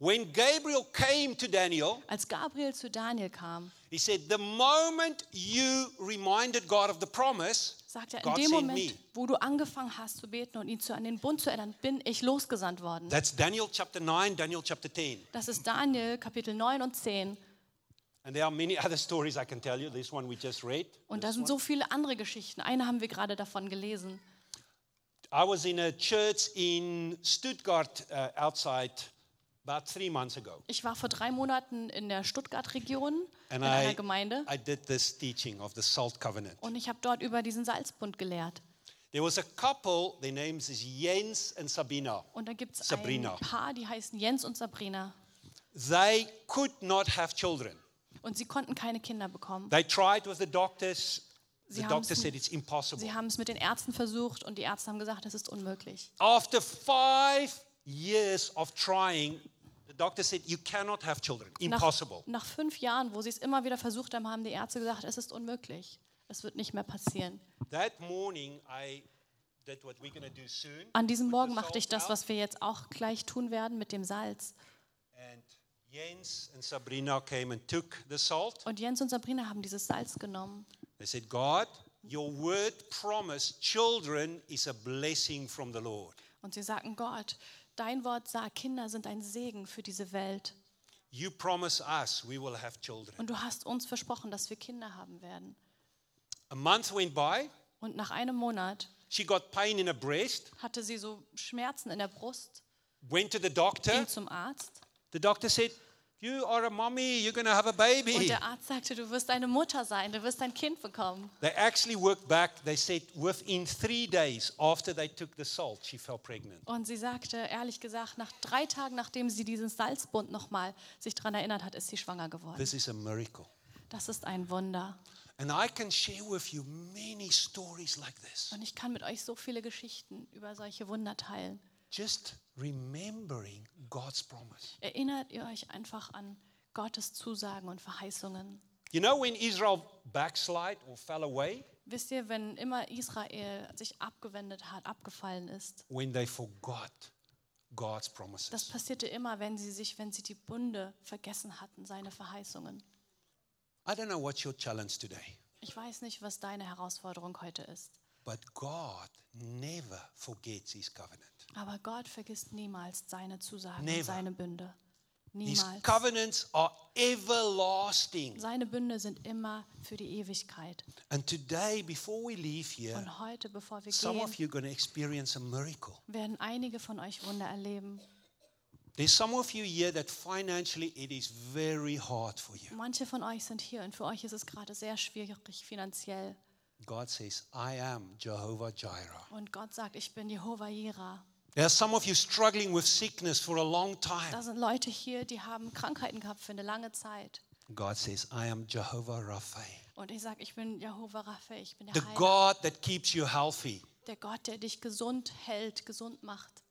When Gabriel came to Daniel,
Als Gabriel zu Daniel kam,
he said, The moment you reminded God of the promise,
sagt er, in
God
dem
sent
Moment,
me.
wo du angefangen hast zu beten und ihn zu, an den Bund zu erinnern, bin ich losgesandt worden.
That's Daniel chapter 9, Daniel chapter 10.
Das ist Daniel Kapitel 9 und 10.
And there are many [LAUGHS] other stories I can tell you. This one we just read.
Und da sind so viele andere Geschichten. Eine haben wir gerade davon gelesen.
I was in a church in Stuttgart uh, outside about three months ago.
Ich war vor drei Monaten in der Stuttgart-Region, in
And
einer
I,
Gemeinde,
I did this teaching of the salt covenant.
und ich habe dort über diesen Salzbund gelehrt.
There was a couple, their names is Jens and Sabina.
Und da gibt es ein
Sabrina.
Paar, die heißen Jens und Sabrina.
They could not have children.
Und sie konnten keine Kinder bekommen.
They tried with the doctors. The
Sie
doctor
haben's-
said it's impossible.
Sie haben es mit den Ärzten versucht und die Ärzte haben gesagt, das ist unmöglich.
After five years of trying, the doctor said you cannot have children. Impossible.
Nach, nach fünf Jahren, wo sie es immer wieder versucht haben, haben die Ärzte gesagt, es ist unmöglich. Es wird nicht mehr passieren.
That morning, I did what we're going to do soon.
An diesem Morgen
the
machte ich
salt
das, was wir jetzt auch gleich tun werden mit dem Salz.
And Jens and Sabrina came and took the salt.
Und Jens und Sabrina haben dieses Salz genommen.
They said, God, your word promise children is a blessing from the Lord.
Und sie sagten, Gott, dein Wort sagt, Kinder sind ein Segen für diese Welt.
You promise us we will have children.
Und du hast uns versprochen, dass wir Kinder haben werden.
A month went by.
Und nach einem Monat
She got pain in her breast,
hatte sie so Schmerzen in der Brust,
went to the doctor.
ging zum Arzt.
The doctor said, You are a mommy, you're going to have a baby.
Und der Arzt sagte, du wirst eine Mutter sein, du wirst ein Kind bekommen.
They actually worked back. They said within three days after they took the salt, she fell pregnant.
Und sie sagte, ehrlich gesagt, nach drei Tagen, nachdem sie diesen Salzbund nochmal sich daran erinnert hat, ist sie schwanger geworden.
This is a miracle.
Das ist ein Wunder.
And I can share with you many stories like this.
Und ich kann mit euch so viele Geschichten über solche Wunder teilen.
Just remembering God's promise.
Erinnert ihr euch einfach an Gottes Zusagen und Verheißungen.
You know, when Israel backslide or fell away,
Wisst ihr, wenn immer Israel sich abgewendet hat, abgefallen ist,
when they forgot God's
das
promises.
passierte immer, wenn sie sich, wenn sie die Bunde vergessen hatten, seine Verheißungen.
I don't know what's your challenge today,
Ich weiß nicht, was deine Herausforderung heute ist,
but God never forgets his covenant.
aber Gott vergisst niemals seine Zusagen
Never.
und seine Bünde.
His
Niemals.
covenants are everlasting.
Seine Bünde sind immer für die Ewigkeit.
And today, before we leave here,
Und heute, bevor wir
some of
gehen,
you are going to experience a miracle.
werden einige von euch Wunder erleben.
There's some of you here that financially it is very hard for you.
Manche von euch sind hier und für euch ist es gerade sehr schwierig finanziell.
God says, I am Jehovah Jireh.
Und Gott sagt, ich bin Jehova Jireh.
There are some of you struggling with sickness for a long
Da
time.
sind Leute hier, die haben Krankheiten gehabt für eine lange Zeit.
God says, I am Jehovah Rapha,
Und ich sage, ich bin Jehova Rapha, ich bin der
the
Heiler,
God that keeps you healthy.
der Gott, der dich gesund hält, gesund macht.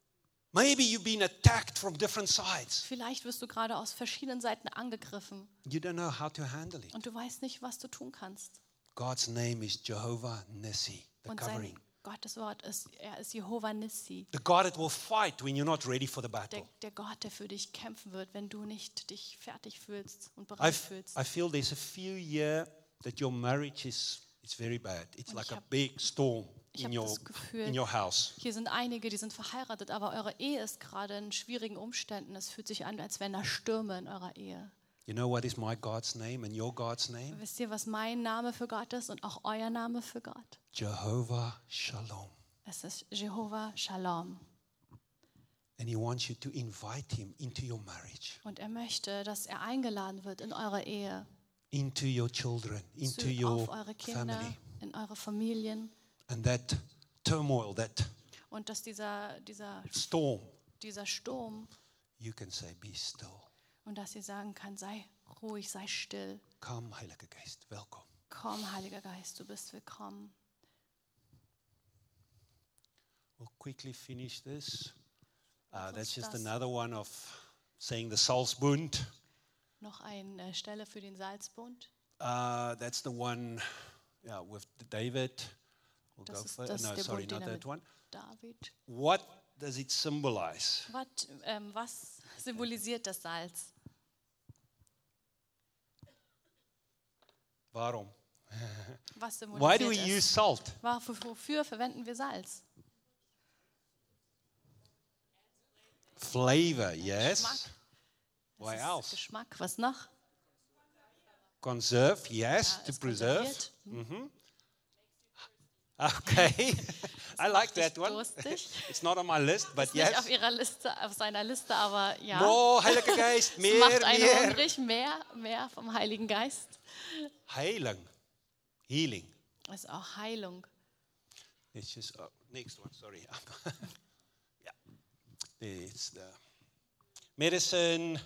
Maybe you've been attacked from different sides.
Vielleicht wirst du gerade aus verschiedenen Seiten angegriffen
You don't know how to handle it.
und du weißt nicht, was du tun kannst.
God's name is Jehovah Nissi, the
Und sein
covering.
Gottes Wort ist, er ist Jehova Nissi,
The God that will fight when you're not ready for the
der,
battle.
der Gott, der für dich kämpfen wird, wenn du nicht dich fertig fühlst und
I,
bereit
f-
fühlst.
I feel there's a few year that your marriage is it's very bad. It's
Und
like
ich
a
hab-
big storm
ich
in
hab
your
das Gefühl-
in your house.
Hier sind einige, die sind verheiratet, aber eure Ehe ist gerade in schwierigen Umständen. Es fühlt sich an, als wären da Stürme in eurer Ehe.
You know what is my God's name and your God's name?
Wisst ihr, was mein Name für Gott ist und auch euer Name für Gott?
Jehovah Shalom.
Es ist Jehova Shalom.
And he wants you to invite him into your marriage,
Und er möchte, dass er eingeladen wird in eure Ehe,
into your children,
zu,
into your
auf eure Kinder,
family.
in eure Familien.
And that turmoil, that
Und dass dieser, dieser,
storm,
dieser Sturm
you can say, be still.
und dass ihr sagen kann, sei ruhig, sei still.
Come, Heilige Geist, welcome.
Komm, Heiliger Geist, du bist willkommen.
We'll quickly finish this. Uh,
Lass
that's
uns
just
das-
another one of saying the Salzbund.
Noch eine äh, Stelle für den Salzbund.
Uh, that's the one yeah, with David. We'll
Das
go
ist
for,
das
no,
der
sorry,
Bund, den
not
er
that
mit-
one.
David.
What does it symbolize?
Wat, ähm, was symbolisiert das Salz?
Warum?
Was
Why
symbolisiert
do we
es?
use salt?
Wofür, wofür verwenden wir Salz?
Flavor, yes.
Geschmack. Es
Why
ist
else?
Geschmack, was noch?
Conserve, yes,
Ja,
to
es
preserve.
konserviert.
[LAUGHS]
[LAUGHS]
Okay. I like
macht dich
that one.
durstig.
[LAUGHS] it's not on my list, but
Ist Nicht
yes.
auf ihrer Liste, auf seiner Liste, aber ja.
More Heilige Geist,
es
mehr,
macht einen
mehr.
hungrig, mehr, mehr vom Heiligen Geist.
Heiling. Healing.
Ist auch Heilung.
It's just oh, next one. Sorry. [LAUGHS] yeah, it's the medicine.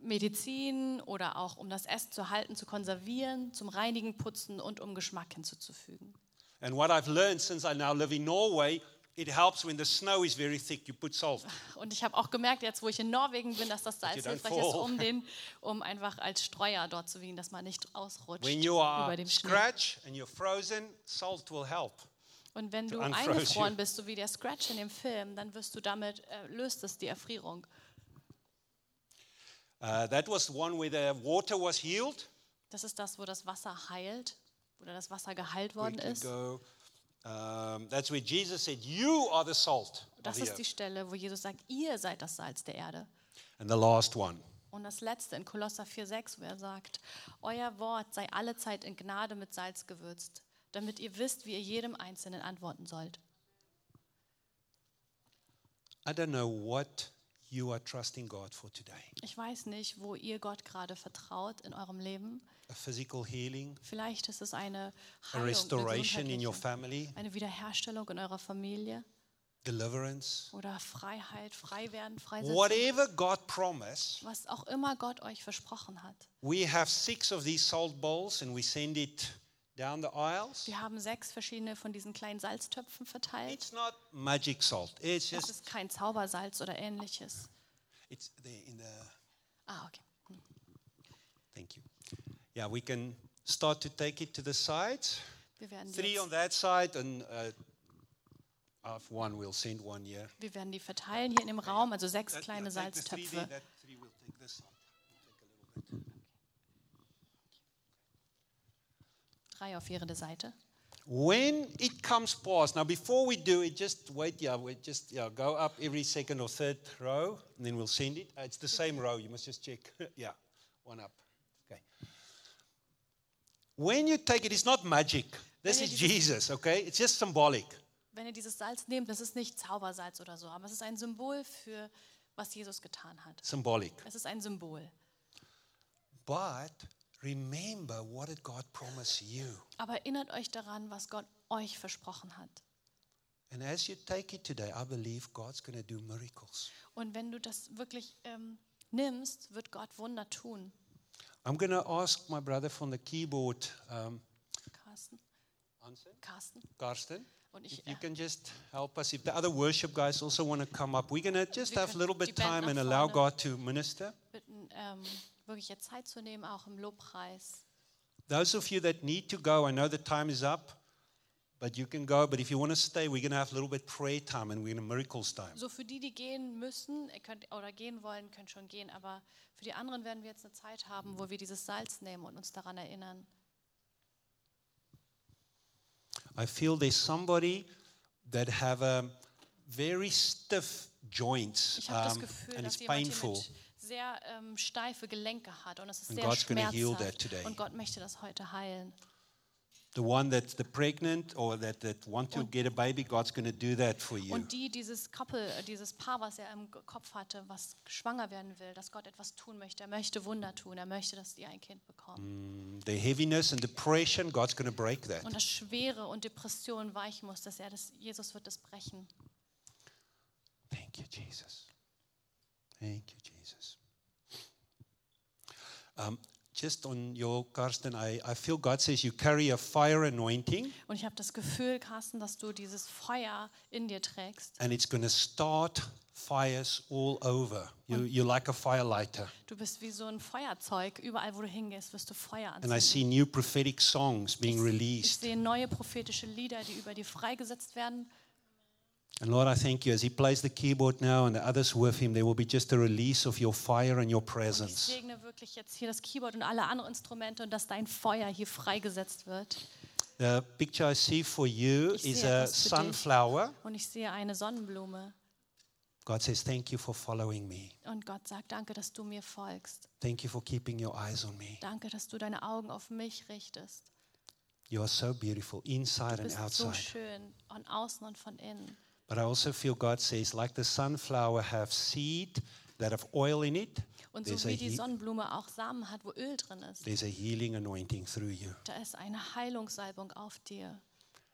Medizin oder auch um das Essen zu halten, zu konservieren, zum Reinigen, Putzen und um Geschmack hinzuzufügen.
And what I've learned since I now live in Norway, it helps when the snow is very thick. You put salt.
Und ich habe auch gemerkt, jetzt wo ich in Norwegen bin, dass das Salz
you don't
hilfreich ist,
fall.
um, den, um einfach als Streuer dort zu wiegen, dass man nicht ausrutscht
When you are
über dem Schnee.
scratch and you're frozen, salt will help.
Und wenn du
unfroze
eingefroren
you.
bist, so wie der Scratch in dem Film, dann wirst du damit, äh, löst es die Erfrierung.
Uh, that was one where the water was healed.
Das ist das, wo das Wasser heilt oder das Wasser geheilt worden
Quickly
ist.
go. Um, that's where Jesus said, "You are the salt." of
Das
the
ist
earth."
die Stelle, wo Jesus sagt, ihr seid das Salz der Erde.
And the last one.
Und das letzte in Kolosser 4,6, wo er sagt: Euer Wort sei allezeit in Gnade mit Salz gewürzt, damit ihr wisst, wie ihr jedem Einzelnen antworten sollt.
I don't know what you are trusting God for today.
Ich weiß nicht, wo ihr Gott gerade vertraut in eurem Leben.
A physical healing,
Vielleicht ist es eine
a
Heilung, eine,
restoration in your
gesundheitliche,
family,
eine Wiederherstellung in eurer Familie
deliverance.
oder Freiheit, frei werden, freisetzen.
Whatever God promised,
Was auch immer Gott euch versprochen hat.
we have six of these salt bowls and we send it down the aisles.
Wir haben sechs verschiedene von diesen kleinen Salztöpfen verteilt.
It's not magic salt. It's
Das
just
ist kein Zaubersalz oder ähnliches.
it's there in the
Ah, okay.
thank you. Yeah, we can start to take it to the sides.
Wir werden die
Three
jetzt
on that side and uh, of one we'll send one here.
Wir werden die verteilen hier in dem Raum, also sechs
That-
kleine
yeah, take the three there,
Salztöpfe.
that three we'll take this side.
Drei auf jede Seite.
When it comes past, now before we do it, just wait, yeah, we just yeah, go up every second or third row, and then we'll send it. Uh, It's the same row, you must just check. [LAUGHS] yeah, one up. Okay. When you take it, it's not magic. This
When
is
you
Jesus, okay? It's just symbolic.
Wenn ihr dieses Salz nehmt, das ist nicht Zaubersalz oder so, aber es ist ein Symbol für, was Jesus getan hat.
Symbolic.
Es ist ein Symbol.
But remember what did God promise you?
Aber erinnert euch daran, was Gott euch versprochen hat.
And as you take it today, I believe God's going to do miracles.
Und wenn du das wirklich ähm, nimmst, wird Gott Wunder tun.
I'm going to ask my brother from the keyboard, um,
Carsten. Carsten.
Karsten,
Und
if
ich,
you
äh,
can just help us. If the other worship guys also want to come up, we're going to just
Wir
have a
können
little
die
bit
Band
time
nach
and allow
vorne.
God to minister.
bitten, ähm, wirklich jetzt Zeit zu nehmen, auch im Lobpreis.
Those of you that need to go, I know the time is up, but you can go. But if you want to stay, we're going to have a little bit prayer time and we're going to miracles time.
So für die, die gehen müssen ihr könnt, oder gehen wollen, könnt schon gehen. Aber für die anderen werden wir jetzt eine Zeit haben, wo wir dieses Salz nehmen und uns daran erinnern.
I feel there's somebody that have a very stiff joints
Ich habe das
um,
Gefühl,
and
dass
it's
jemand hier
painful.
mit sehr ähm, steife Gelenke hat und es ist
And
sehr
God's gonna heal that
schmerzhaft.
today.
Und Gott möchte das heute heilen.
The one that's the pregnant or that, that want to get a baby, God's going to do that for you.
Und die, dieses Couple, äh, dieses Paar, was er im G- Kopf hatte, was schwanger werden will, dass Gott etwas tun möchte, er möchte Wunder tun, er möchte, dass die ein Kind
Mhm.
bekommen.
The heaviness and depression, God's going to break that.
Und das Schwere und Depression weichen muss, dass er das, Jesus wird das brechen.
Thank you, Jesus. Thank you, Jesus. Um, just on your, Karsten, I, I feel God says you carry a fire anointing
Und ich habe das Gefühl, Carsten, dass du dieses Feuer in dir trägst.
and it's going to start fires all over. You, you're like a firelighter.
Du bist wie so ein Feuerzeug. Überall, wo du hingehst, wirst du Feuer
And I
anziehen.
see new prophetic songs being
Ich
released.
sehe neue prophetische Lieder, die über dir freigesetzt werden.
And Lord, I thank you. As he plays the keyboard now and the others with him, there will be just a release of your fire and your
Ich
presence.
segne wirklich jetzt hier das Keyboard und alle anderen Instrumente und dass dein Feuer hier freigesetzt wird.
The picture I see for you
Ich
is
sehe
a
etwas für dich.
sunflower.
Und ich sehe eine Sonnenblume.
God says, Thank you for following me.
Und Gott sagt, danke, dass du mir folgst.
Thank you for keeping your eyes on me.
Danke, dass du deine Augen auf mich richtest.
You are so beautiful inside and
Du bist so
outside.
schön, von außen und von innen.
But I also feel God says, like the sunflower have seed that have oil in it,
Und so
there's, a
wie die
he-
Sonnenblume auch Samen hat, wo Öl drin ist,
there's a healing anointing through you.
da ist eine Heilungssalbung auf dir.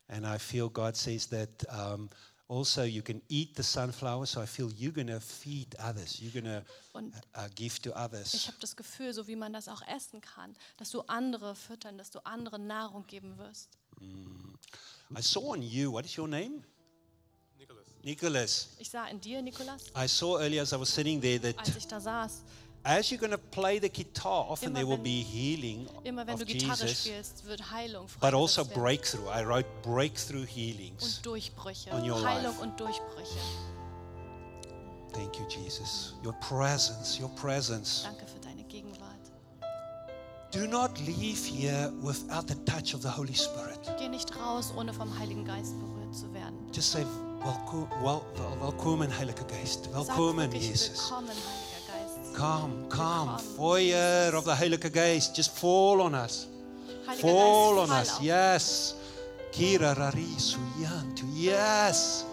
And I feel God says that um, also you can eat the sunflower. So I feel you're going to feed others. You're going to
Und
uh, give to
ich
others.
habe das Gefühl, so wie man das auch essen kann, dass du andere füttern, dass du anderen Nahrung geben wirst.
I saw on you, what is your name? Nicholas. Nicholas.
Ich sah in dir, Nikolas,
I saw earlier as I was sitting there that
als ich da saß,
As you're going to play the guitar, often
Immer
there will
wenn-
be healing
immer wenn
of
du Gitarre
Jesus,
spielst, wird Heilung
but also
freigesetzt werden.
breakthrough. I wrote breakthrough healings.
und Durchbrüche.
on your
Heilung
life.
und Durchbrüche.
Thank you, Jesus. Your presence, your presence.
Danke für deine Gegenwart.
Do not leave here without the touch of the Holy Spirit.
Geh nicht raus, ohne vom Heiligen Geist berührt zu werden.
Just say, "Welko- wel- wel- Welcome, Heilige Geist.
Sag
Welcome,
wirklich,
Jesus.
Willkommen, Heiliger Geist.
Come, come,
Willkommen,
fire of the Heilige Geist. Just fall on us.
Heiliger
Fall
Geist,
on
fall
us,
auf
yes. Kira rarisu yantu, yes.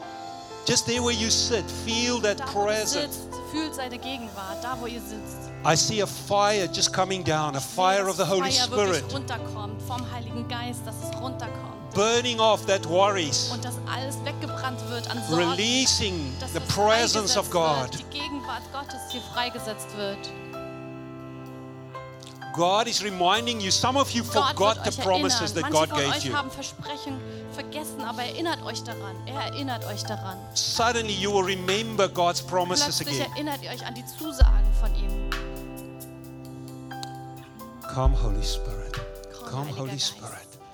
Just there where you sit, feel that
Da, wo du
presence.
sitzt, fühlt seine Gegenwart, da, wo ihr sitzt.
I see a fire just coming down, a fire of the Holy
Feuer wirklich
Spirit,
runterkommt vom Heiligen Geist, dass es runterkommt.
burning off that worries,
Und dass alles weggebrannt wird an Sorgen.
releasing
dass
the
es
presence of
freigesetzt
God.
Wird, die Gegenwart Gottes hier freigesetzt wird.
God is reminding you, some of you
Gott
forgot
wird
the
euch
promises that
erinnern. Manche
God
von
gave
euch
you.
haben Versprechen vergessen, aber erinnert euch daran. Er erinnert euch daran.
Suddenly you will remember God's promises
Plötzlich
again.
erinnert ihr euch an die Zusagen von ihm.
Come, Holy Spirit.
Komm,
Come,
Heiliger
Holy
Geist.
Spirit.